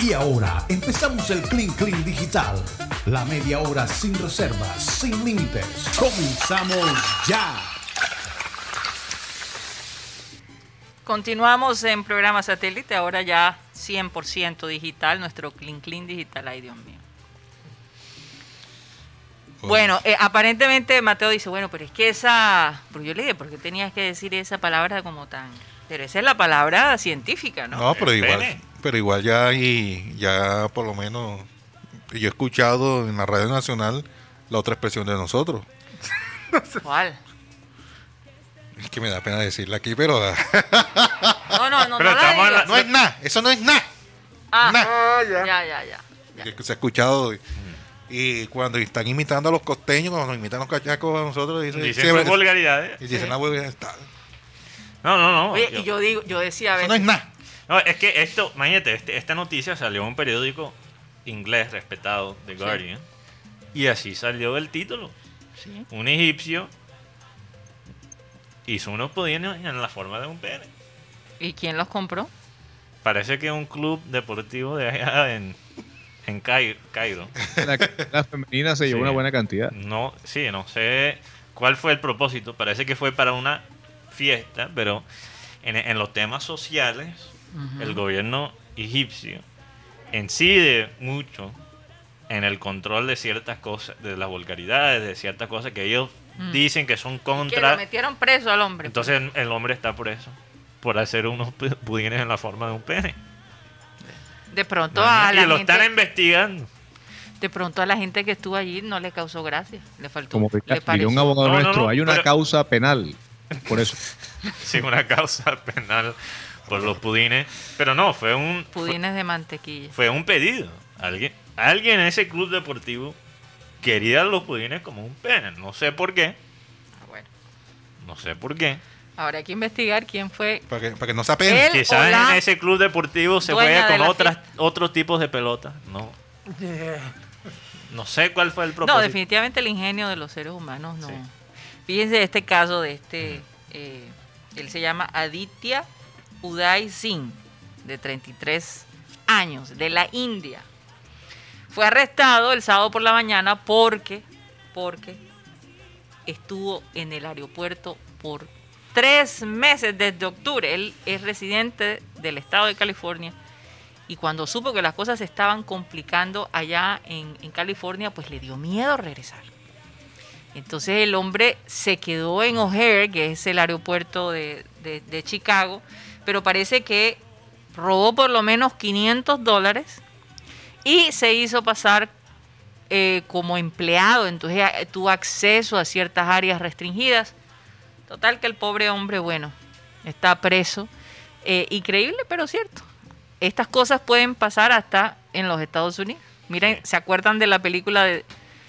Y ahora empezamos el Clean Clean Digital. La media hora sin reservas, sin límites. Comenzamos ya. Continuamos en programa satélite, ahora ya 100% digital, nuestro Clean Clean Digital, ay Dios mío. Pues, Bueno, eh, aparentemente Mateo dice, bueno, pero es que esa, pero yo le dije, ¿por qué tenías que decir esa palabra como tan? Pero esa es la palabra científica, ¿no? No, pero el igual, pene. pero igual ya hay, ya por lo menos, yo he escuchado en la radio nacional la otra expresión de nosotros. ¿Cuál? Es que me da pena decirla aquí, pero ah, No, no, no, Pero no la estamos en la- digas. no es nada, eso no es nada. Ah, na- ya, ya, ya. ya. que se ha escuchado. Y cuando están imitando a los costeños, cuando nos imitan los cachacos a nosotros, dicen, Dicen siempre- sus vulgaridades. y dicen la huevada está. ¿eh? No, no, no. Oye, y yo digo, yo decía a veces, Eso no es nada. No, es que esto, imagínate, este- esta noticia salió en un periódico inglés respetado, The Guardian, y así salió el título. Sí. Un egipcio hizo unos pudines en la forma de un pene. ¿y quién los compró? Parece que un club deportivo de allá en, en Cai- Cairo. La, la femenina se llevó Sí. una buena cantidad. No, sí, no sé cuál fue el propósito. Parece que fue para una fiesta, pero en, en los temas sociales, el gobierno egipcio incide mucho en el control de ciertas cosas, de las vulgaridades, de ciertas cosas que ellos dicen que son Mm. Que lo contra. metieron preso al hombre. Entonces el- el hombre está por eso, por hacer unos pu- pudines en la forma de un pene. pues. de pronto a y la lo gente, están investigando. de pronto a la gente que estuvo allí no le causó gracia, le faltó, Como le diría pareció. un abogado No, no, nuestro, no, hay una pero- causa penal por eso. sin una causa penal por los pudines. Pero no, fue un pudines de mantequilla. fue un pedido. Alguien, alguien en ese club deportivo quería los pudines como un pene. No sé por qué. Ah, Bueno, No sé por qué. ahora hay que investigar quién fue Para que, para que no se apene. Él o Quizás la en ese club deportivo se dueña juega de con la otras, otros tipos de pelotas. No. No sé cuál fue el propósito. No, definitivamente el ingenio de los seres humanos no. Sí. Fíjense este caso de este, eh, él se llama Aditya Uday Singh, de 33 años, de la India. Fue arrestado el sábado por la mañana porque, porque estuvo en el aeropuerto por tres meses desde octubre. Él es residente del estado de California y cuando supo que las cosas se estaban complicando allá en, en California, pues le dio miedo regresar. Entonces el hombre se quedó en O'Hare, que es el aeropuerto de, de- de Chicago, pero parece que robó por lo menos 500 dólares y se hizo pasar eh, como empleado, entonces eh, tuvo acceso a ciertas áreas restringidas. Total que el pobre hombre, bueno, está preso. Eh, increíble, pero cierto. Estas cosas pueden pasar hasta en los Estados Unidos. Miren, Sí. ¿se acuerdan de la película de,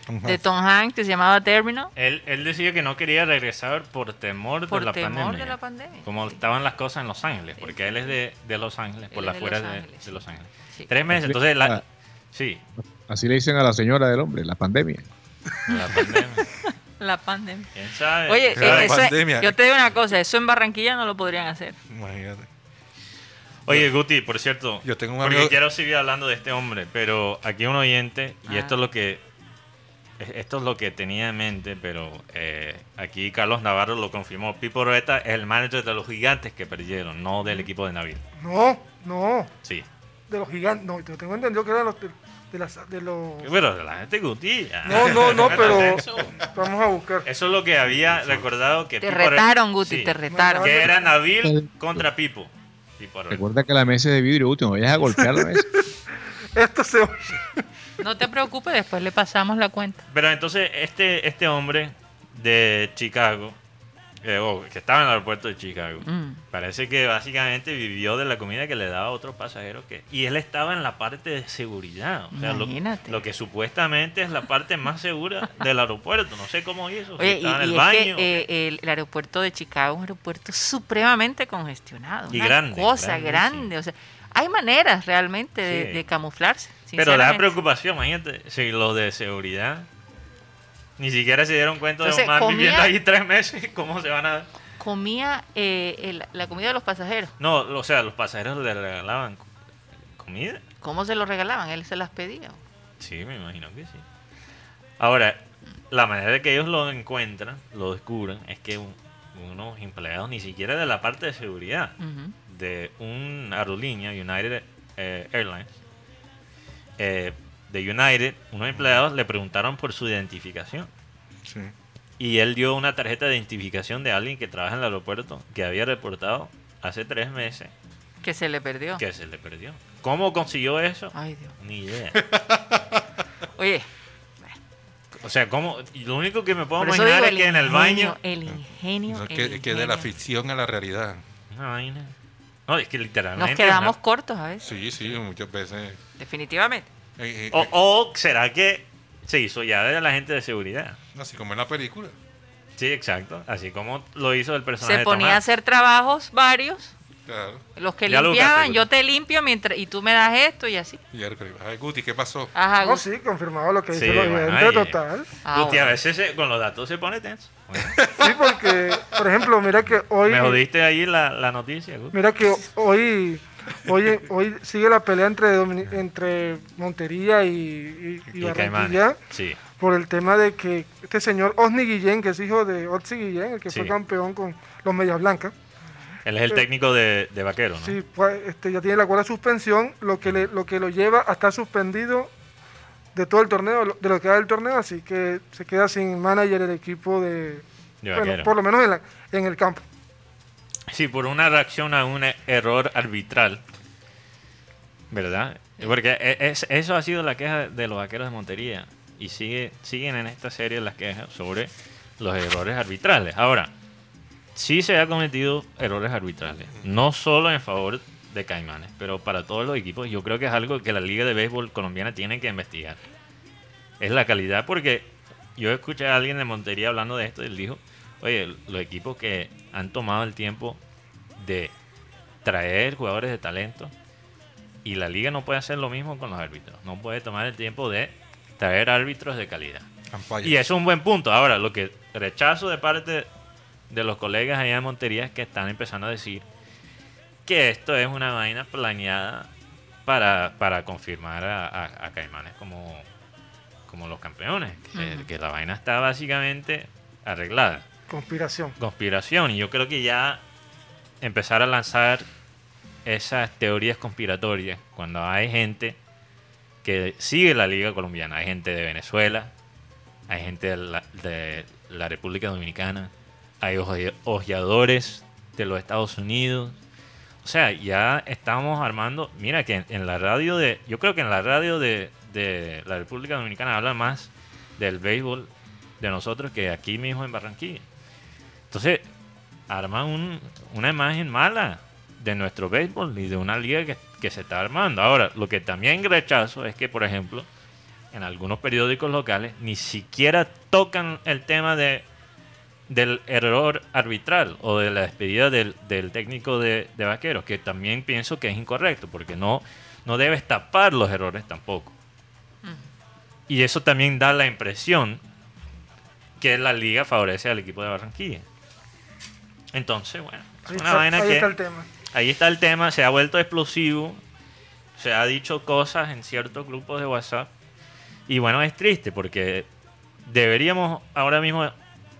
de Tom Hanks que se llamaba Terminal? Él, él decía que no quería regresar por temor, Por de, la temor pandemia, de la pandemia, Como sí. estaban las cosas en Los Ángeles, porque él es de, de Los Ángeles, por Él las es de Los fueras de, Ángeles, de Los Ángeles. sí. Tres meses, entonces la... Sí, Así le dicen a la señora del hombre, la pandemia. la pandemia. La pandemia. ¿Quién sabe? Oye, ¿Quién eh, sabe? eso es- pandemia. yo te digo una cosa, eso en Barranquilla no lo podrían hacer. Imagínate. Oye, Guti, por cierto, Yo tengo un porque amigo- quiero seguir hablando de este hombre, pero aquí un oyente, y Ah. esto es lo que es- esto es lo que tenía en mente, pero eh, aquí Carlos Navarro lo confirmó. Pipo Reta es el manager de los gigantes que perdieron, no Mm. del equipo de Nabil. No, no. Sí. De los gigantes. No, yo tengo entendido que eran los de, de las, de los. Pero la gente Guti. ya. No, no, no, pero Eso vamos a buscar. es lo que había recordado que Te Pipo Re- retaron, Guti, Sí, te retaron. Que era Nabil contra Pipo. Pipo Reta. Recuerda que la mesa es de vidrio último, vayas a golpear la mesa. Esto se oye. No te preocupes, después le pasamos la cuenta. Pero entonces este, este hombre de Chicago, eh, oh, que estaba en el aeropuerto de Chicago, Mm. parece que básicamente vivió de la comida que le daba a otros pasajeros. Que, y él estaba en la parte de seguridad. O sea, lo, Imagínate. lo que supuestamente es la parte más segura del aeropuerto. No sé cómo hizo. si Oye, y, estaba en el y es que baño. eh, el, el aeropuerto de Chicago es un aeropuerto supremamente congestionado. Y una grande, Cosa grandísimo. grande. O sea, hay maneras realmente de, Sí. de camuflarse. Pero da sinceramente. preocupación, imagínate. Si los de seguridad ni siquiera se dieron cuenta Entonces, de Omar comía- viviendo ahí tres meses, ¿cómo se van a.? Comía eh, el- la comida de los pasajeros. No, o sea, los pasajeros le regalaban comida. ¿Cómo se los regalaban? Él se las pedía. Sí, me imagino que sí. Ahora, la manera de que ellos lo encuentran, lo descubren, es que un- unos empleados ni siquiera de la parte de seguridad Ujú. de una aerolínea, United eh, Airlines, eh, de United, unos empleados le preguntaron por su identificación. Sí. Y él dio una tarjeta de identificación de alguien que trabaja en el aeropuerto que había reportado hace tres meses Que se le perdió. que se le perdió. ¿Cómo consiguió eso? Ay, Dios. Ni idea. Oye, O sea, ¿cómo? Y Lo único que me puedo por eso imaginar digo, es el que en el baño. ingenio, El ingenio. No, el que, que de la ingenio. ficción a la realidad. Una vaina. No, es que literalmente. Nos es una- quedamos cortos a veces, Sí, sí, muchas veces. definitivamente. Eh, eh, O, eh, o será que se hizo ya de la gente de seguridad. así como en la película. Sí, exacto. Así como lo hizo el personaje. Se de ponía a Tomás. hacer trabajos varios, Claro. los que Ya lo limpiaban, buscaste, yo te limpio mientras y tú me das esto y así. Y ahora escribe, Ay, Guti, ¿qué pasó? Ajá, No, Gus. Oh, sí, confirmado lo que dice Sí, el bueno, oyente ahí- total. Ah, Guti, a bueno. veces se- con los datos se pone tenso. Bueno, Sí, porque, por ejemplo, mira que hoy. me jodiste ahí la, la noticia, Guti. Mira que hoy, hoy, hoy sigue la pelea entre, Domini- entre Montería y, y, y Y Barranquilla Caimanes. Sí. por el tema de que este señor Osni Guillén, que es hijo de Otzi Guillén, el que fue Sí. campeón con los Medias Blancas, Él es el técnico de, de vaquero, ¿no? Eh, sí, pues, este, ya tiene la cuarta suspensión, lo que, le, lo que lo lleva a estar suspendido de todo el torneo, lo- de lo que da el torneo, así que se queda sin manager el equipo de... De bueno, vaquero. por lo menos en, la- en el campo. Sí, por una reacción a un e- error arbitral. ¿Verdad? Porque e- es- eso ha sido la queja de los vaqueros de Montería. Y sigue, siguen en esta serie las quejas sobre los errores arbitrales. Ahora, sí se han cometido errores arbitrales. No solo en favor de Caimanes, pero para todos los equipos. Yo creo que es algo que la Liga de Béisbol colombiana tiene que investigar. Es la calidad, porque yo escuché a alguien de Montería hablando de esto y él dijo, oye, los equipos que han tomado el tiempo de traer jugadores de talento y la liga no puede hacer lo mismo con los árbitros. No puede tomar el tiempo de traer árbitros de calidad. Campaña. Y eso es un buen punto. Ahora, lo que rechazo de parte de los colegas allá de Montería es que están empezando a decir que esto es una vaina planeada para, para confirmar a, a- a Caimanes como, como los campeones. Que, Ujú. que la vaina está básicamente arreglada. Conspiración. Conspiración. Y yo creo que ya empezar a lanzar esas teorías conspiratorias cuando hay gente que sigue la liga colombiana. Hay gente de Venezuela, hay gente de la, de la República Dominicana, hay oje- ojeadores de los Estados Unidos. O sea, ya estamos armando. Mira que en, en la radio de. Yo creo que en la radio de, de la República Dominicana habla más del béisbol de nosotros que aquí mismo en Barranquilla. Entonces, arman un- una imagen mala de nuestro béisbol y de una liga que, que se está armando. Ahora, lo que también rechazo es que, por ejemplo, en algunos periódicos locales ni siquiera tocan el tema de del error arbitral o de la despedida del, del técnico de, de vaqueros, que también pienso que es incorrecto, porque no, no debes tapar los errores tampoco. Y eso también da la impresión que la liga favorece al equipo de Barranquilla. Entonces, bueno, es Ahí, una está, vaina ahí que está el tema. ahí está el tema, se ha vuelto explosivo, se ha dicho cosas en ciertos grupos de WhatsApp. Y bueno, es triste porque deberíamos ahora mismo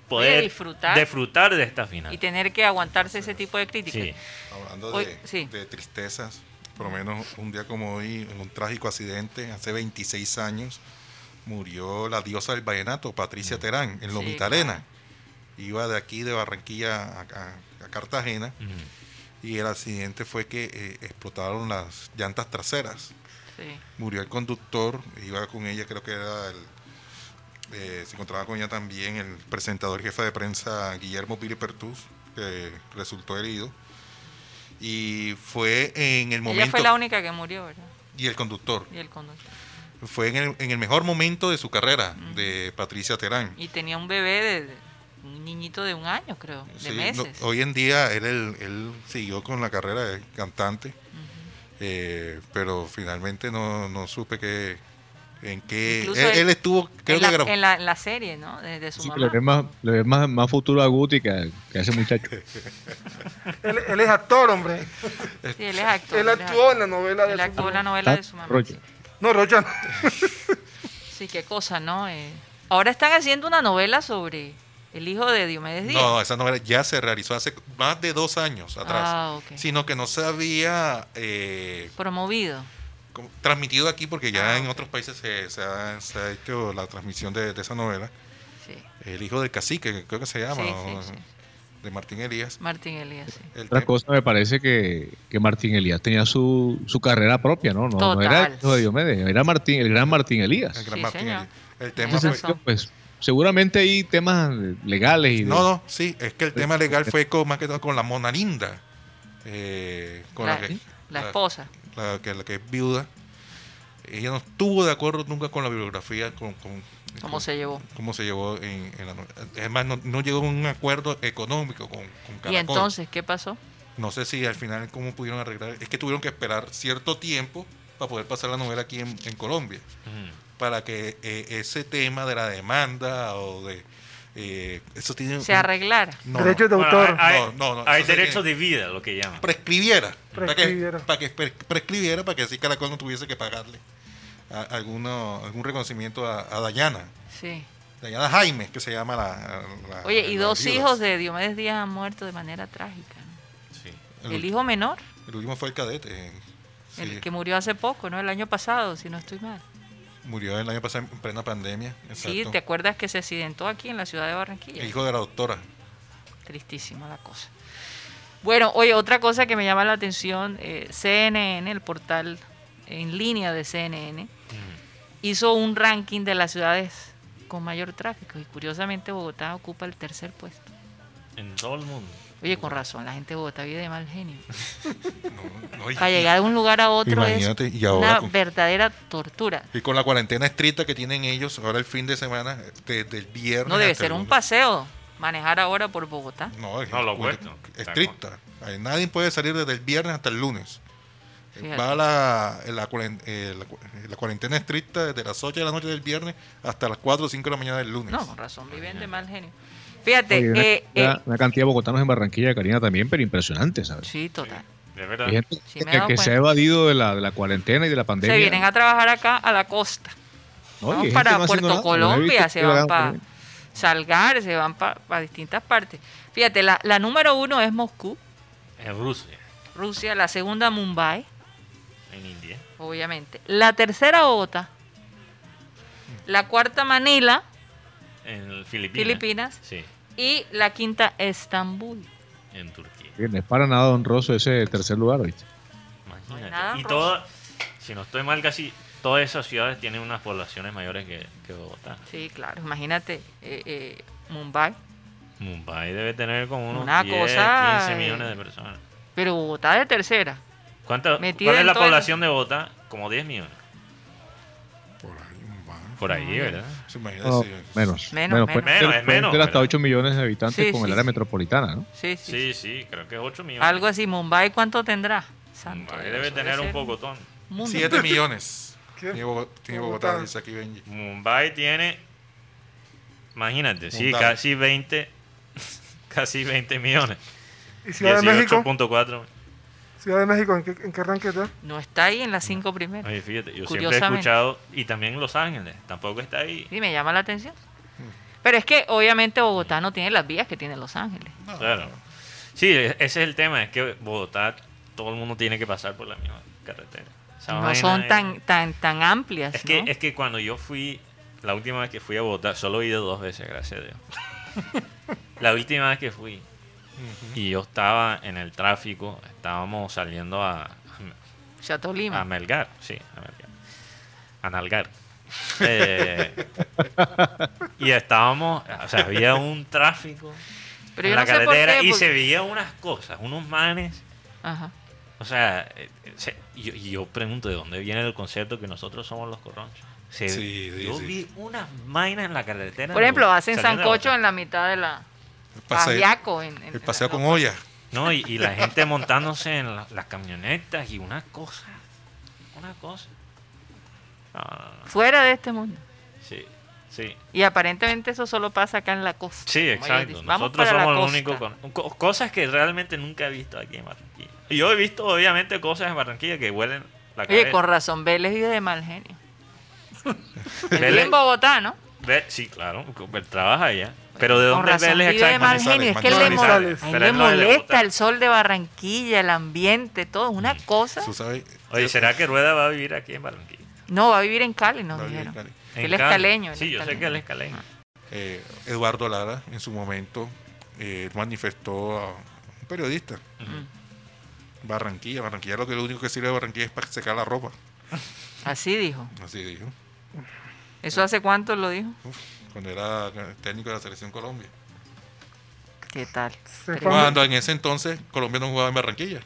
poder Oye, disfrutar. disfrutar de esta final. Y tener que aguantarse ese tipo de críticas. Sí. Hablando Hoy- de, sí. de tristezas, por lo menos un día como hoy, en un trágico accidente, hace 26 años, murió la diosa del vallenato, Mm. Patricia Terán, en Lomita claro. Arena. Iba de aquí, de Barranquilla a, a- a Cartagena, Ujú. Mm. y el accidente fue que eh, explotaron las llantas traseras. Sí. Murió el conductor, iba con ella, creo que era el... eh, se encontraba con ella también el presentador jefe de prensa Guillermo Piri Pertus, que resultó herido. Y fue en el Ella momento... fue la única que murió, ¿verdad? Y el conductor. Y el conductor. Fue en el, en el mejor momento de su carrera, de Patricia Terán. Y tenía un bebé de, de- un niñito de un año, creo, de Sí, no, meses. hoy en día él, él, él siguió con la carrera de cantante, eh, pero finalmente no, no supe qué, en que él, Incluso él- él estuvo, en, creo que la, grabó. en la- en la serie, ¿no? De, de su Sí, que le mamá. ves más, le ves más, más futuro a Guti que a, que a ese muchacho. Él, él es actor, hombre. Sí, él es actor. Él él es actuó en actor. la novela de Él su actuó en la mamá. novela de su mamá. Rocha. No, Rocha. no. Sí, qué cosa, ¿no? Eh, ahora están haciendo una novela sobre el hijo de Diomedes Díaz. No, esa novela ya se realizó hace más de dos años atrás. Ah, ok. Sino que no se había eh, Promovido. como transmitido aquí porque ya Ah, en ok. otros países se, se ha, se ha hecho la transmisión de, de esa novela. Sí. El hijo del cacique, creo que se llama, Sí, ¿no? sí, sí. de Martín Elías. Martín Elías, sí. El Otra tema- cosa me parece que, que Martín Elías tenía su, su carrera propia, ¿no? No, no era Total. el hijo de Diomedes, era Martín, el gran Martín el Elías. gran Sí, Martín señor. Elías. El En tema ese fue- razón. sentido, pues, seguramente hay temas legales y de- No, no, sí, es que el tema legal fue con, más que todo con la Mona Linda, eh, con la, La- que, La esposa. la que, la que es viuda. Ella no estuvo de acuerdo nunca con la bibliografía, con, con- ¿Cómo con- se llevó? cómo se llevó en, en la novela. Además, no, no llegó a un acuerdo económico con, con Caracol. ¿Y entonces qué pasó? No sé si al final cómo pudieron arreglar. Es que tuvieron que esperar cierto tiempo para poder pasar la novela aquí en, en Colombia. Para que eh, ese tema de la demanda o de... eh, eso tiene... Se arreglara. No, no. Derechos de Bueno, autor. hay No, no, no, hay eso se derechos de vida, lo que llaman. prescribiera. Para que, Prescribiera. para que pre- prescribiera, para que así Caracol no tuviese que pagarle a- alguno, algún reconocimiento a, a Dayana. Sí. Dayana Jaime, que se llama la... la- Oye, y la dos viuda. hijos de Diomedes Díaz han muerto de manera trágica. ¿no? Sí. El hijo menor, el último fue el cadete. eh, sí, el que murió hace poco, ¿no? El año pasado, si no estoy mal. Murió el año pasado en plena pandemia. Sí, exacto. ¿te acuerdas que se accidentó aquí en la ciudad de Barranquilla? El hijo de la doctora. Tristísima la cosa. Bueno, oye, otra cosa que me llama la atención, eh, CNN, el portal en línea de Mm. CNN, hizo un ranking de las ciudades con mayor tráfico y curiosamente Bogotá ocupa el tercer puesto. En todo el mundo. Oye, con razón, la gente de Bogotá vive de mal genio. No, no, y- Para llegar de un lugar a otro Imagínate, es y ahora una con- verdadera tortura. Y con la cuarentena estricta que tienen ellos ahora el fin de semana, desde el viernes. No debe hasta el ser un lunes. paseo manejar ahora por Bogotá. No, es No, lo cuare- opuesto. Estricta. Ahí Nadie puede salir desde el viernes hasta el lunes. Eh, Fíjate. Va la, la, cuaren- eh, la cu- eh, la cuarentena estricta desde las 8 de la noche del viernes hasta las 4 o 5 de la mañana del lunes. No, con razón, viven de mal genio. Fíjate, Pues. Oye, una, eh, eh, una- una cantidad de bogotanos en Barranquilla, Karina, también, pero impresionante, ¿sabes? sí, total. De verdad. Hay gente Sí, me he que, dado que se ha evadido de la, de la cuarentena y de la pandemia. Se vienen a trabajar acá a la costa. No, y hay Van gente para no haciendo Puerto nada. Yo he Colombia, visto se que van van para por ahí. Salgar, se van para distintas partes. Fíjate, la, la número uno es Moscú, En Rusia, Rusia, la segunda Mumbai, en India. obviamente. La tercera Bogotá. La cuarta Manila En Filipinas. Filipinas. Sí. y la quinta Estambul. En Turquía. Bien, No es para nada honroso ese tercer lugar, ¿oíste? No hay Imagínate. nada y rosa. todo, si no estoy mal, casi todas esas ciudades tienen unas poblaciones mayores que, que Bogotá. Sí, claro, imagínate, eh, eh, Mumbai. Mumbai debe tener como unos Una 10, cosa, 15 eh. millones de personas. Pero Bogotá de tercera. ¿Cuánta, ¿Cuál Metida es en la todo el- población de Bogotá? Como 10 millones. Por ahí, va. Por ahí, ¿verdad? Sí, imagínate, No, sí. menos. Menos, menos. Menos, Pueden ser- es pueden menos, ser hasta pero- 8 millones de habitantes Sí, con sí, el área sí. metropolitana, ¿no? Sí, sí. Sí, sí, creo que es 8 millones. Algo así, Mumbai, ¿cuánto tendrá? Santo Mumbai Dios, debe eso tener un ser pocotón. mundo. 7 millones. ¿Qué? Tiene Bogo- tiene Bogotá. Bogotá, dice aquí Benji. Mumbai tiene, imagínate, sí, Mumbai. casi 20, casi 20 millones. ¿Y Ciudad de México? 18.4. Ciudad de México, ¿en qué, en qué ranking está? No está ahí en las cinco primeras. Oye, fíjate, yo siempre he Curiosamente. escuchado, y también Los Ángeles, tampoco está ahí. Sí, me llama la atención. Hmm. Pero es que obviamente Bogotá no tiene las vías que tiene Los Ángeles. No, Claro. Sí, e- ese es el tema, es que Bogotá, todo el mundo tiene que pasar por la misma carretera. Esa No vaina son es- tan tan tan amplias. Es que, ¿no? es que cuando yo fui, la última vez que fui a Bogotá, solo he ido dos veces, gracias a Dios. la última vez que fui, y yo estaba en el tráfico, estábamos saliendo a, Chateau Lima. a Melgar, sí, a Melgar. A Nalgar. Eh, y estábamos, o sea, había un tráfico Pero en yo la no sé por carretera qué, y porque- se veía unas cosas, unos manes. Ajá. O sea, eh, eh, se- y yo, y yo pregunto de dónde viene el concepto que nosotros somos los corronchos. Se- Sí, sí, yo sí. vi unas vainas en la carretera. Por ejemplo, como hacen saliendo de sancocho la- en la mitad de la el paseo- Pajiaco en, en- el paseo en- con olla. No, y, y la gente montándose en la- las camionetas y una cosa. Una cosa. No, no, no. Fuera de este mundo. Sí, sí. Y aparentemente eso solo pasa acá en la costa. Sí, como ellos exacto. dicen. Vamos Nosotros para la somos los costa. únicos con co- cosas que realmente nunca he visto aquí en Barranquilla. Y Yo he visto obviamente cosas en Barranquilla que huelen la cabeza. Oye, con razón, Vélez vive de mal genio. Él vive Vélez- en Bogotá, ¿no? Ve- sí, claro, él trabaja allá. Pero ¿de Con dónde es razón Vélez vive de mal genio. exactamente? Es que él le, Manizales, mol- Manizales. a él Pero le él no es de molesta Bogotá. el sol de Barranquilla, el ambiente, todo. Una cosa. Tú sabes, Oye, yo- ¿será que Rueda va a vivir aquí en Barranquilla? No, va a vivir en Cali, nos Va a vivir en dijeron. En Él es Cali. caleño. él Sí, es yo sé caleño. Ah. que él es caleño. eh, Eduardo Lara en su momento eh, manifestó a un periodista. Barranquilla, Barranquilla lo que lo único que sirve de Barranquilla es para secar la ropa. Así dijo. Así dijo. ¿Eso hace cuánto lo dijo? Uf, cuando era técnico de la selección Colombia. ¿Qué tal? Ah, Se fue a- Cuando en ese entonces Colombia no jugaba en Barranquilla.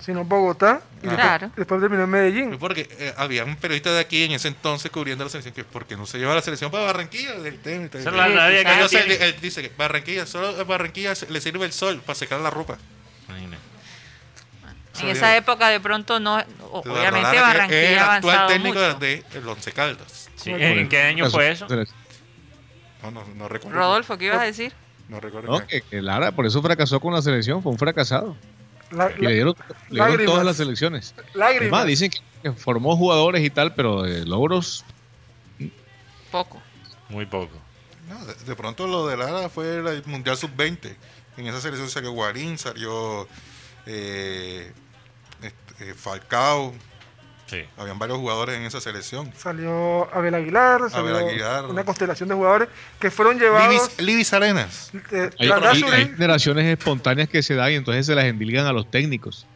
sino Bogotá y después- Claro. después terminó en Medellín. Fue Porque eh, había un periodista de aquí en ese entonces cubriendo la selección que porque no se lleva la selección para Barranquilla. Del tema, Esa es la Sí, rabia quizás. Ellos que ellos se- tienen. él eh, dice que Barranquilla, solo a Barranquilla se- le sirve el sol para secar la ropa. Imagínate. En Ah, Eso esa digo. época de pronto no, o- Eduardo obviamente Lara, que es Barranquilla el ha actual avanzado técnico mucho. de, de Once Caldas. Sí, ¿En qué año fue eso? No, no, no recuerdo. Rodolfo, ¿qué ibas a decir? No recuerdo. No, que, que Lara por eso fracasó con la selección, fue un fracasado. La- Y le la- dieron, le dieron Lágrimas. todas las selecciones. Es lágrimas. más, dicen que- que formó jugadores y tal, pero de logros Poco. Muy poco. No, de, de pronto lo de Lara fue la- el Mundial Sub-20. En esa selección salió Guarín, salió eh, este, eh, Falcao. Sí. Habían varios jugadores en esa selección. Salió Abel Aguilar, salió Aguilar. una constelación de jugadores que fueron llevados. Libis, Libis Arenas. eh, Hay, tras hay- Lazuri. hay generaciones espontáneas que se dan y entonces se las endilgan a los técnicos.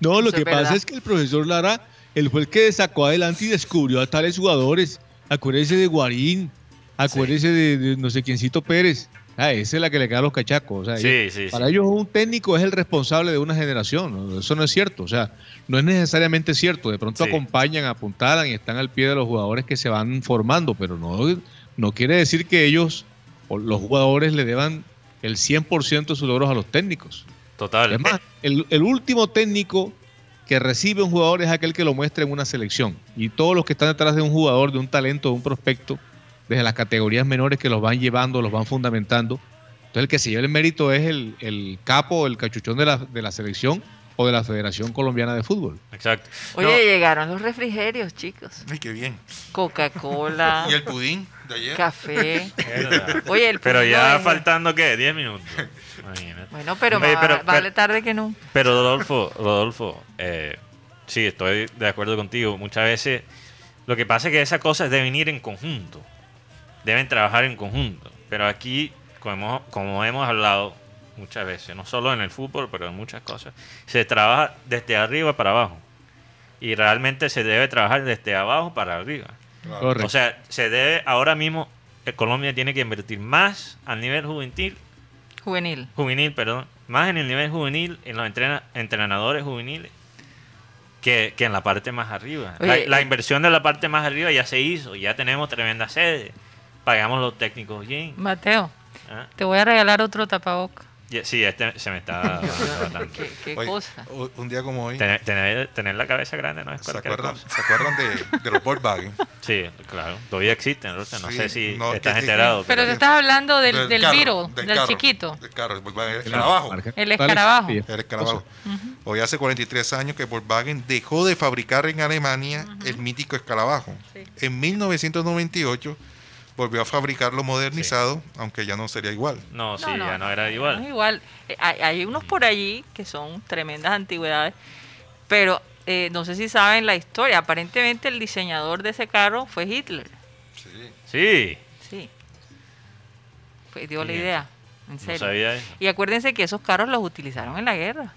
No, lo Eso que es pasa verdad. es que el profesor Lara, él fue el que sacó adelante y descubrió a tales jugadores. Acuérdese de Guarín, acuérdese de, de no sé quiéncito Pérez. Ah, esa es la que le queda a los cachacos. o sea, Sí, ellos- sí, para sí. ellos un técnico es el responsable de una generación. ¿no? Eso no es cierto. O sea, no es necesariamente cierto. De pronto Sí. acompañan, apuntalan y están al pie de los jugadores que se van formando, pero no, no quiere decir que ellos o los jugadores le deban el 100% de sus logros a los técnicos. Total. Es más, el, el último técnico que recibe un jugador es aquel que lo muestra en una selección. Y todos los que están detrás de un jugador, de un talento, de un prospecto, desde las categorías menores que los van llevando, los van fundamentando. Entonces el que se lleva el mérito es el, el capo, el cachuchón de la, de la selección o de la Federación Colombiana de Fútbol. Exacto. Oye, llegaron los refrigerios, chicos. Ay, qué bien. Coca-Cola, Y el pudín de ayer. café. No, mierda. Oye, el Pero punto ya es- faltando, ¿qué? 10 minutos. Imagínate. Bueno, pero, Oye, va- pero- vale pero- tarde que nunca. Pero Rodolfo, Rodolfo, eh, sí, estoy de acuerdo contigo. Muchas veces lo que pasa es que esas cosas deben ir en conjunto. Deben trabajar en conjunto. Pero aquí, como hemos, como hemos hablado muchas veces, no solo en el fútbol, pero en muchas cosas, se trabaja desde arriba para abajo. Y realmente se debe trabajar desde abajo para arriba. Claro. Correcto. O sea, se debe ahora mismo, eh, Colombia tiene que invertir más a nivel juvenil Juvenil. juvenil, perdón, más en el nivel juvenil, en los entrena- entrenadores juveniles, que, que en la parte más arriba. La- Oye, la, eh. inversión de la parte más arriba ya se hizo, ya tenemos tremenda sede, pagamos los técnicos bien. Mateo, ¿ah? te voy a regalar otro tapaboca. Ya- Sí, este se me está tratando. ¿Qué, qué Oye, cosa? o- un día como hoy, Tener, tener, tener la cabeza grande no es ¿se cualquier acuerdan, cosa. ¿se acuerdan de, de los Volkswagen? Sí, claro, todavía existen, Rosa, no Sí, sé si no, estás que- enterado. Pero pero- te estás hablando del, del carro, Beetle, del, carro, chiquito. Del carro, el Volkswagen, el escarabajo. Marca El totales, escarabajo. sí, El escarabajo. Hoy hace 43 años que Volkswagen dejó de fabricar en Alemania el mítico escarabajo. Sí. En 1998 volvió a fabricarlo modernizado, aunque ya no sería igual. No, sí, ya no era igual. no es igual. Eh, Hay, hay unos por allí que son tremendas antigüedades, pero eh, no sé si saben la historia. Aparentemente el diseñador de ese carro fue Hitler. Sí, Sí. Fue- dio la Fíjense. idea. En no serio. sabía eso. Y acuérdense que esos carros los utilizaron en la guerra.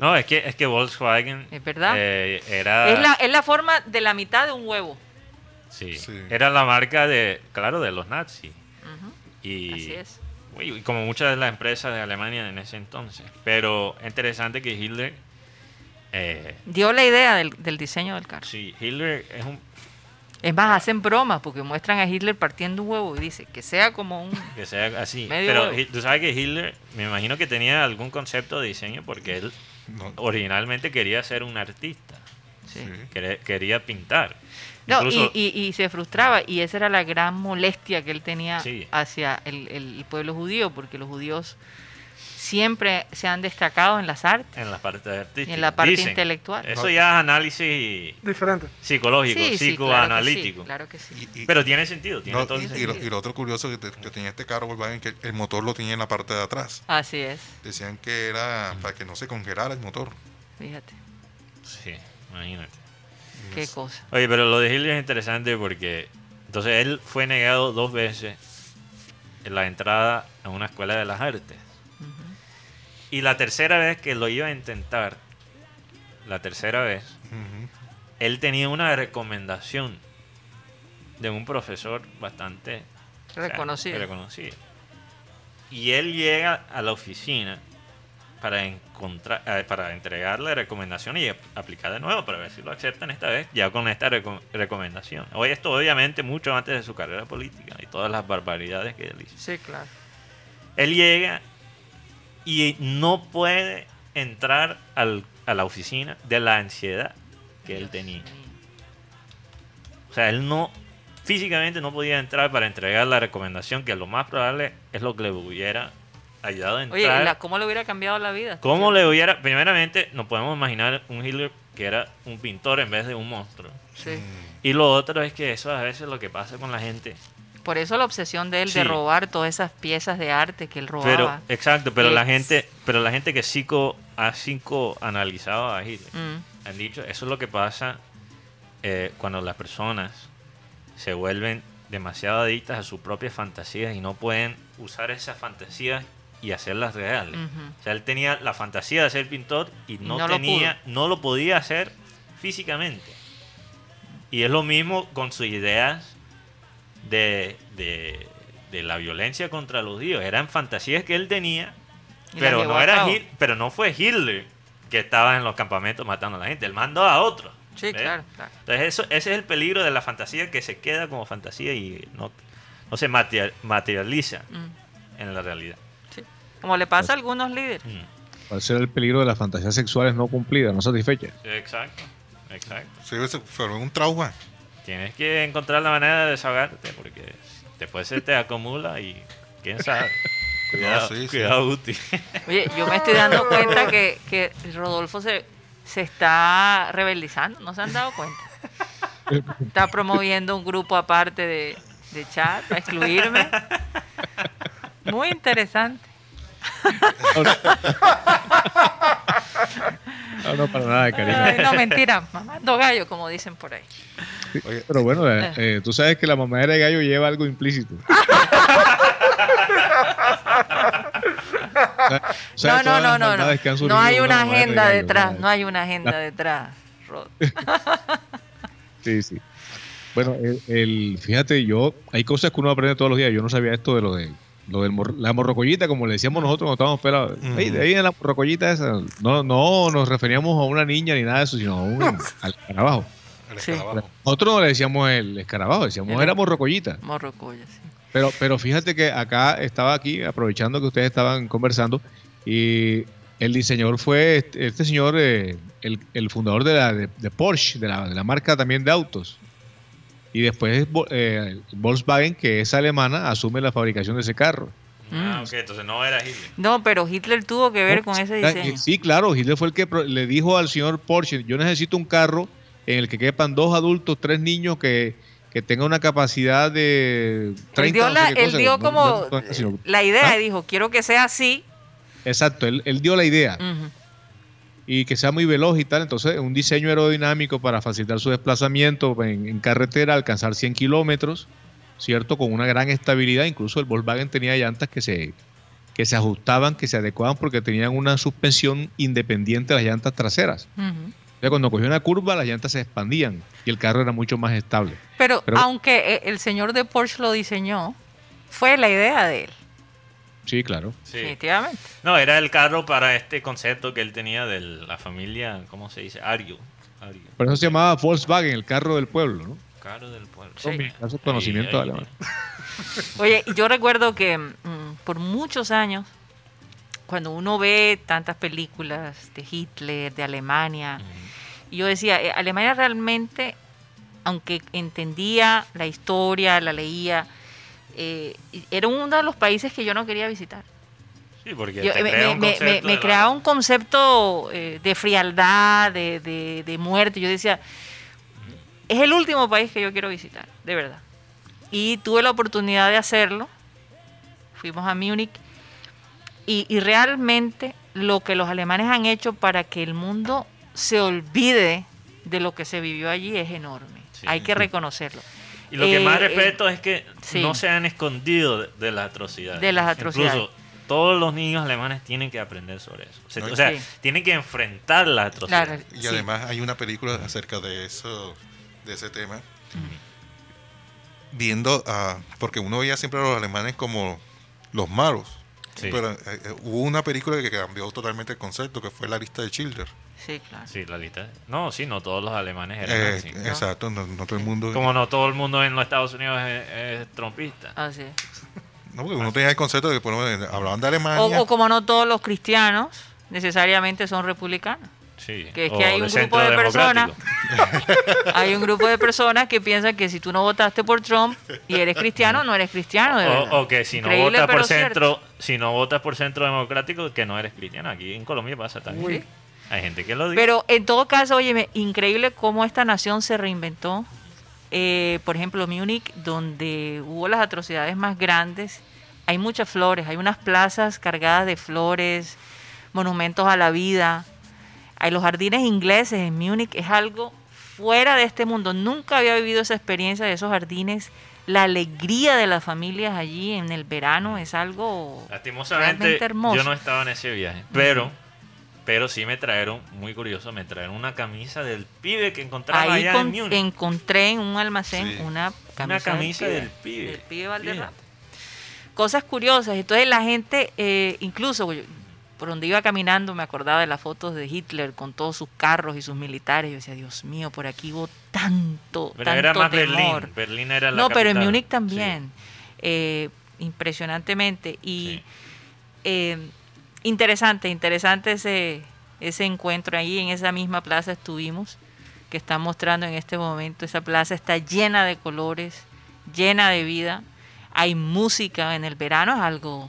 No, es que, es que Volkswagen Es verdad. eh, era... Es, la, es la forma de la mitad de un huevo. Sí. Sí. Era la marca de, claro, de los nazis. Ujú, Y, Así es. Uy, uy, como muchas de las empresas de Alemania en ese entonces. Pero interesante que Hitler. eh, Dio la idea del, del diseño del carro. sí, Hitler es un. Es más, hacen bromas porque muestran a Hitler partiendo un huevo y dice que sea como un... que sea así. Medio pero huevo. Hi- tú sabes que Hitler, me imagino que tenía algún concepto de diseño porque él No, originalmente quería ser un artista. Sí. Sí. Quere- Quería pintar. No, Incluso- y, y- y se frustraba, y esa era la gran molestia que él tenía Sí. hacia el, el pueblo judío, porque los judíos siempre se han destacado en las artes. En la parte artística. Y en la parte Dicen, intelectual. Eso ya es análisis Diferente. psicológico, claro que sí, psicoanalítico. Claro que sí. Y- y- Pero tiene sentido, tiene no, todo y, el y sentido. lo, y lo otro curioso que, te- que tenía este carro Volkswagen, que el motor lo tenía en la parte de atrás. Así es, Decían que era para que no se congelara el motor. fíjate, Sí, imagínate. qué cosa. Oye, pero lo de Hitler es interesante porque entonces él fue negado dos veces en la entrada a una escuela de las artes. Y la tercera vez que lo iba a intentar, la tercera vez, Ujú. él tenía una recomendación de un profesor bastante o sea, Reconocido. reconocido. Y él llega a la oficina para encontrar eh, para entregar la recomendación y ap- aplicar de nuevo para ver si lo aceptan esta vez ya con esta reco- recomendación. Hoy esto obviamente mucho antes de su carrera política y todas las barbaridades que él hizo. Sí, claro. Él llega y no puede entrar al- a la oficina de la ansiedad que él Dios tenía. mío. O sea, él no físicamente no podía entrar para entregar la recomendación que lo más probable es lo que le hubiera ayudado a Oye, entrar. ¿y la- ¿cómo le hubiera cambiado la vida? ¿Cómo le hubiera? Primeramente, nos podemos imaginar un Hitler que era un pintor en vez de un monstruo. Sí. Mm. Y lo otro es que eso a veces es lo que pasa con la gente. Por eso la obsesión de él de Sí. robar todas esas piezas de arte que él Pero robaba. exacto, pero la Es- gente, pero la gente que psico ha analizado a Hitler Mm, han dicho, eso es lo que pasa eh, cuando las personas se vuelven demasiado adictas a sus propias fantasías y no pueden usar esas fantasías y hacerlas reales. Mm, ujú. O sea, él tenía la fantasía de ser pintor y no, no lo tenía, no lo podía hacer físicamente. Y es lo mismo con sus ideas de, de- de la violencia contra los judíos. Eran fantasías que él tenía, Y las pero llevó no, a era cabo. Hit- pero no fue Hitler que estaba en los campamentos matando a la gente. Él mandó a otro. Sí, ¿ves? claro, claro. Entonces eso, ese es el peligro de la fantasía que se queda como fantasía y no, no se material- materializa Mm, en la realidad. sí. Como le pasa a algunos líderes. Mm. Puede ser el peligro de las fantasías sexuales no cumplidas, no satisfechas. Exacto, exacto. Sí, se fue un trauma. Tienes que encontrar la manera de desahogarte porque después se te acumula y quién sabe. Cuidado, sí, sí. cuidado útil. Oye, yo me estoy dando cuenta que, que Rodolfo se, se está rebeldizando, ¿no se han dado cuenta? Está promoviendo un grupo aparte de, de chat para excluirme. Muy interesante. No, no, para nada, Ay, cariño. no, mentira, mamando gallo, como dicen por ahí. Oye, Pero bueno, eh, eh, tú sabes que la mamadera de gallo lleva algo implícito. No, no, no, no, no. No hay una agenda detrás, no hay hay una agenda detrás. Rod. Sí, sí. Bueno, el, el- fíjate, yo hay cosas que uno aprende todos los días. Yo no sabía esto de lo de lo del mor- la morrocollita, como le decíamos nosotros cuando estábamos pelados. Ujú. Ey, de ahí en la morrocollita esa. No, no nos referíamos a una niña ni nada de eso, sino a un, al escarabajo. el Sí. escarabajo. Nosotros no le decíamos el escarabajo, decíamos El- era morrocollita. Morrocuya, sí. Pero, pero fíjate que acá estaba aquí, aprovechando que ustedes estaban conversando, y el diseñador fue este, este señor, eh, el, el fundador de, la, de, de Porsche, de la, de la marca también de autos. Y después Vo- eh, Volkswagen, que es alemana, asume la fabricación de ese carro. Mm. Ah, ok, entonces no era Hitler. No, pero Hitler tuvo que ver con ese Ah, diseño. y- Sí, claro, Hitler fue el que pro- le dijo al señor Porsche, yo necesito un carro en el que quepan dos adultos, tres niños que, que tenga una capacidad de... 30, Él dio, no sé la- qué él cosa, dio no- como no- no- sino- la idea Ah. y dijo, quiero que sea así. Exacto, él, él dio la idea Ujú. y que sea muy veloz y tal. Entonces, un diseño aerodinámico para facilitar su desplazamiento en, en carretera, alcanzar 100 kilómetros, ¿cierto? Con una gran estabilidad. Incluso el Volkswagen tenía llantas que se, que se ajustaban, que se adecuaban porque tenían una suspensión independiente de las llantas traseras. Ujú. O sea, cuando cogía una curva, las llantas se expandían y el carro era mucho más estable. Pero, Pero- aunque eh, el señor de Porsche lo diseñó, fue la idea de él, Sí, claro. Sí. definitivamente. No, era el carro para este concepto que él tenía de la familia, ¿cómo se dice? Ario. Ario. Por eso se llamaba Volkswagen, el carro del pueblo, ¿no? Carro del pueblo. Sí. Ahí, Caso conocimiento ahí alemán. Oye, y yo recuerdo que mm, por muchos años, cuando uno ve tantas películas de Hitler, de Alemania, tiene. Ujú. Y yo decía, eh, Alemania realmente, aunque entendía la historia, la leía, eh, era uno de los países que yo no quería visitar. Sí, porque Yo- te me, crea me- un me- concepto me de la- creaba un concepto eh, de frialdad, de, de- de muerte. Yo decía, es el último país que yo quiero visitar, de verdad. Y tuve la oportunidad de hacerlo. Fuimos a Múnich. Y, y realmente lo que los alemanes han hecho para que el mundo se olvide de lo que se vivió allí es enorme. Sí. Hay que reconocerlo. Y lo que Eh, más eh, respeto es que sí. no se han escondido de, de las atrocidades. De las atrocidades. Incluso todos los niños alemanes tienen que aprender sobre eso. O sea, No, y- o sea, Sí. tienen que enfrentar las atrocidades. Claro, Y sí. además hay una película acerca de eso, de ese tema. Viendo, a- porque uno veía siempre a los alemanes como los malos. Sí. Pero eh, eh, hubo una película que cambió totalmente el concepto, que fue La lista de Schindler. Sí, claro. Sí, la lista. No, sí, no todos los alemanes eran Eh, así. Exacto, no, no todo el mundo. Como no todo el mundo en los Estados Unidos es, es trompista. Así es. No, porque uno tenía el concepto de que por lo menos, hablaban de Alemania. O, o como no todos los cristianos necesariamente son republicanos. Sí. Que es o que hay de un centro grupo de personas. democrático. Hay un grupo de personas que piensan que si tú no votaste por Trump y eres cristiano, no eres cristiano. Ah, de verdad. O, o que si no Increíble, votas por pero cierto. centro, si no votas por centro democrático, que no eres cristiano. Aquí en Colombia pasa también. Uy. Hay gente que lo dice. Pero en todo caso, oye, increíble cómo esta nación se reinventó. Eh, por ejemplo, Múnich, donde hubo las atrocidades más grandes, hay muchas flores, hay unas plazas cargadas de flores, monumentos a la vida. Hay los jardines ingleses en Múnich, es algo fuera de este mundo. Nunca había vivido esa experiencia de esos jardines. La alegría de las familias allí en el verano es algo Lastimosamente, realmente hermoso. yo no estaba en ese viaje. Pero, pero sí me trajeron, muy curioso, me trajeron una camisa del pibe que encontraron Ahí allá con- en Múnich. encontré en un almacén Sí. una camisa, una camisa pibe, del pibe. del pibe Valderrama. Fíjate. Cosas curiosas. Entonces la gente, eh, incluso yo- por donde iba caminando, me acordaba de las fotos de Hitler con todos sus carros y sus militares. Yo decía, Dios mío, por aquí hubo tanto, Pero tanto era más temor. Berlín. Berlín era la No, pero en capital. Múnich Sí. también. eh, impresionantemente. Y Sí. eh, interesante, interesante ese, ese encuentro. Ahí en esa misma plaza estuvimos, que están mostrando en este momento. Esa plaza está llena de colores, llena de vida. Hay música en el verano, es algo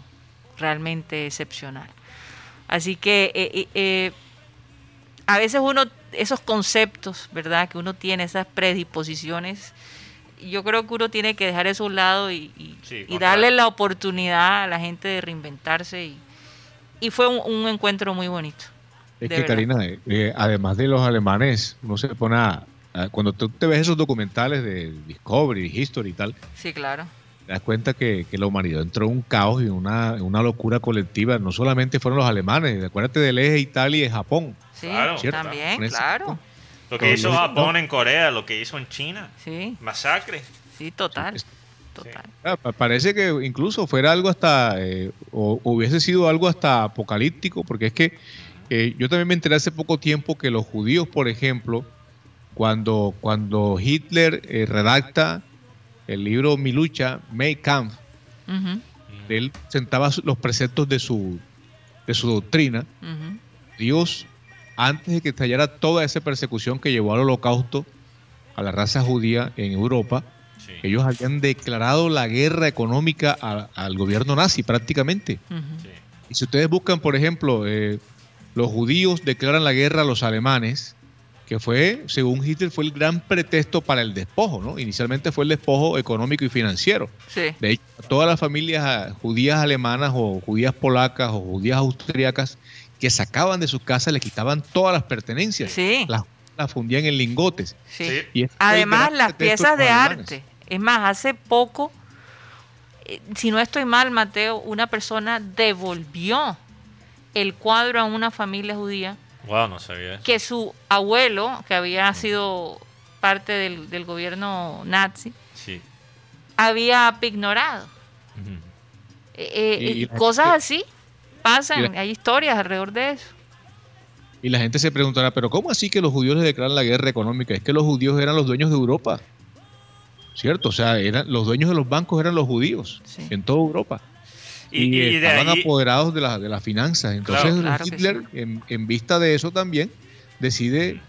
realmente excepcional. Así que eh, eh, eh, a veces uno, esos conceptos, ¿verdad? Que uno tiene, esas predisposiciones, yo creo que uno tiene que dejar eso a un lado y, y- Sí, y contrario. darle la oportunidad a la gente de reinventarse. Y, y fue un, un encuentro muy bonito. Es de que, verdad. Karina, eh, eh, además de los alemanes, uno se pone a. a- cuando tú te ves esos documentales de Discovery, History y tal, Sí, claro. te das cuenta que, que la humanidad entró en un caos y en una, en una locura colectiva. No solamente fueron los alemanes, acuérdate del eje Italia y Japón. Sí, Claro. Cierto. también, Con ese- claro. Lo que hizo Con- Japón en Corea, lo que hizo en China. Sí, Masacre. sí, total. Sí, Total. Ah, pa- Parece que incluso fuera algo hasta, eh, o hubiese sido algo hasta apocalíptico, porque es que eh, yo también me enteré hace poco tiempo que los judíos, por ejemplo, cuando, cuando Hitler eh, redacta el libro Mi lucha, Mein Kampf, Ujú, él sentaba su- los preceptos de su, de su doctrina, ujú. Dios, antes de que estallara toda esa persecución que llevó al holocausto a la raza judía en Europa, Sí. ellos habían declarado la guerra económica a- al gobierno nazi prácticamente. Ujú. Sí. Y si ustedes buscan, por ejemplo, eh, los judíos declaran la guerra a los alemanes, que fue, según Hitler, fue el gran pretexto para el despojo, ¿no? Inicialmente fue el despojo económico y financiero. Sí, De hecho, a todas las familias ah, judías alemanas o judías polacas o judías austriacas que sacaban de sus casas les quitaban todas las pertenencias. Sí. Las, las fundían en lingotes. sí. Sí. Y ese fue el Además, gran las pretexto piezas de de los alemanes. arte. Es más, hace poco, eh, si no estoy mal, Mateo, una persona devolvió el cuadro a una familia judía Wow, no sabía eso. que su abuelo, que había sido parte del, del gobierno nazi, Sí. había ignorado. Ujú. Eh, eh, Y- y y la cosas gente- así y pasan, la- hay historias alrededor de eso. Y la gente se preguntará, pero ¿cómo así que los judíos les declaran la guerra económica? Es que los judíos eran los dueños de Europa. ¿Cierto? O sea, eran, los dueños de los bancos eran los judíos Sí. en toda Europa. Y, Y, y de estaban ahí, apoderados de, la- de las finanzas. Entonces Claro, claro que Hitler, en, en vista de eso también, decide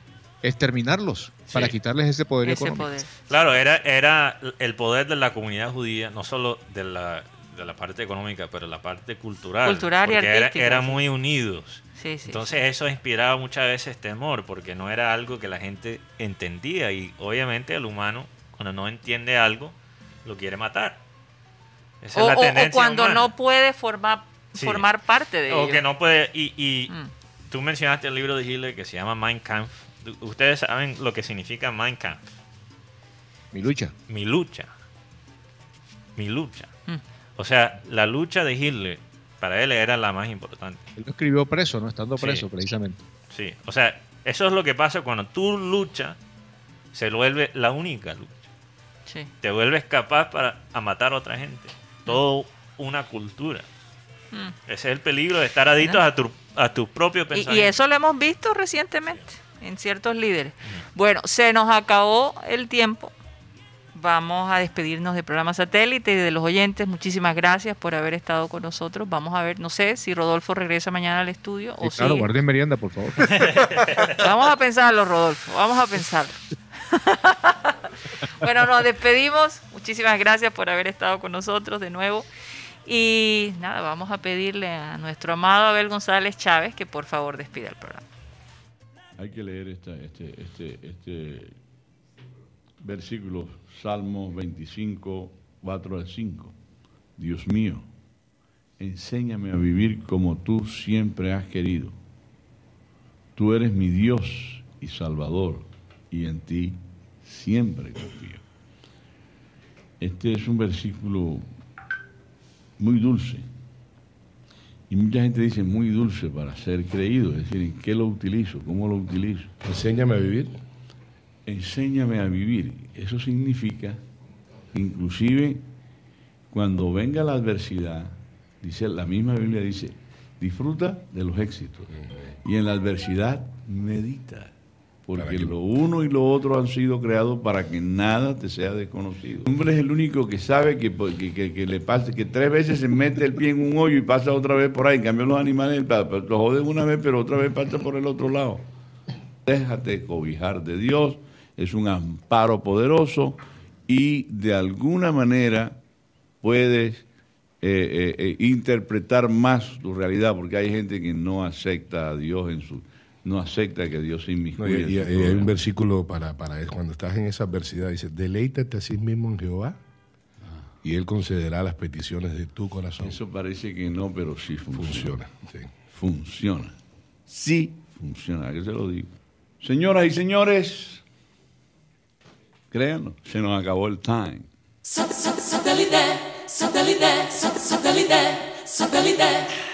exterminarlos Sí. para quitarles ese poder ese económico. poder. Claro, era, era el poder de la comunidad judía, no solo de la, de la parte económica, pero la parte cultural. Cultural y porque era- artística, Eran sí. muy unidos. Sí, sí. Entonces eso inspiraba muchas veces temor, porque no era algo que la gente entendía. Y obviamente el humano, cuando no entiende algo, lo quiere matar. Esa o, es la o- o tendencia cuando humana. no puede formar, Sí. formar parte de O ello. que no puede... Y, y Mm. tú mencionaste el libro de Hitler que se llama Mein Kampf. Ustedes saben lo que significa Mein Kampf. Mi lucha. mi lucha. Mi lucha. Mm. O sea, la lucha de Hitler para él era la más importante. Él lo escribió preso, ¿no? Estando Sí. preso, precisamente. Sí. O sea, eso es lo que pasa cuando tu lucha se vuelve la única lucha. Sí. Te vuelves capaz para a matar a otra gente. Todo una cultura. Mm. Ese es el peligro de estar adictos a tu, a tus propios Y- pensamientos. Y, eso lo hemos visto recientemente en ciertos líderes. Bueno, se nos acabó el tiempo. Vamos a despedirnos del programa satélite y de los oyentes. Muchísimas gracias por haber estado con nosotros. Vamos a ver, no sé si Rodolfo regresa mañana al estudio Sí, o claro, sigue. guarden merienda, por favor. Vamos a pensarlo, Rodolfo. Vamos a pensarlo. bueno, nos despedimos. Muchísimas gracias por haber estado con nosotros de nuevo. Y nada, vamos a pedirle a nuestro amado Abel González Chávez que por favor despida el programa. Hay que leer esta- este, este, este versículo, Salmos 25, 4 al 5. Dios mío, enséñame a vivir como tú siempre has querido. Tú eres mi Dios y Salvador, y en ti siempre confío. Este es un versículo muy dulce. Y mucha gente dice muy dulce para ser creído, es decir, ¿en qué lo utilizo? ¿Cómo lo utilizo? Enséñame a vivir. Enséñame a vivir. Eso significa, inclusive, cuando venga la adversidad, dice la misma Biblia dice, disfruta de los éxitos y en la adversidad medita, Para porque que- lo uno y lo otro han sido creados para que nada te sea desconocido. El hombre es el único que sabe que, po- que, que- que le pasa, que tres veces se mete el pie en un hoyo y pasa otra vez por ahí. En cambio los animales pa- pa- lo joden una vez, pero otra vez pasa por el otro lado. Déjate cobijar de Dios, es un amparo poderoso y de alguna manera puedes eh, eh, eh, interpretar más tu realidad, porque hay gente que no acepta a Dios en su, no acepta que Dios se No, inmiscuya. y, en y- su y hay problema. un versículo para, para eso, cuando estás en esa adversidad, dice, deleítate a sí mismo en Jehová y Él concederá las peticiones de tu corazón. Ah. Eso parece que no, pero sí funciona. funciona. sí. Funciona. Sí funciona, que se lo digo. Señoras y señores, créanlo, se nos acabó el time. Satellite, satellite, satellite, satellite, satellite.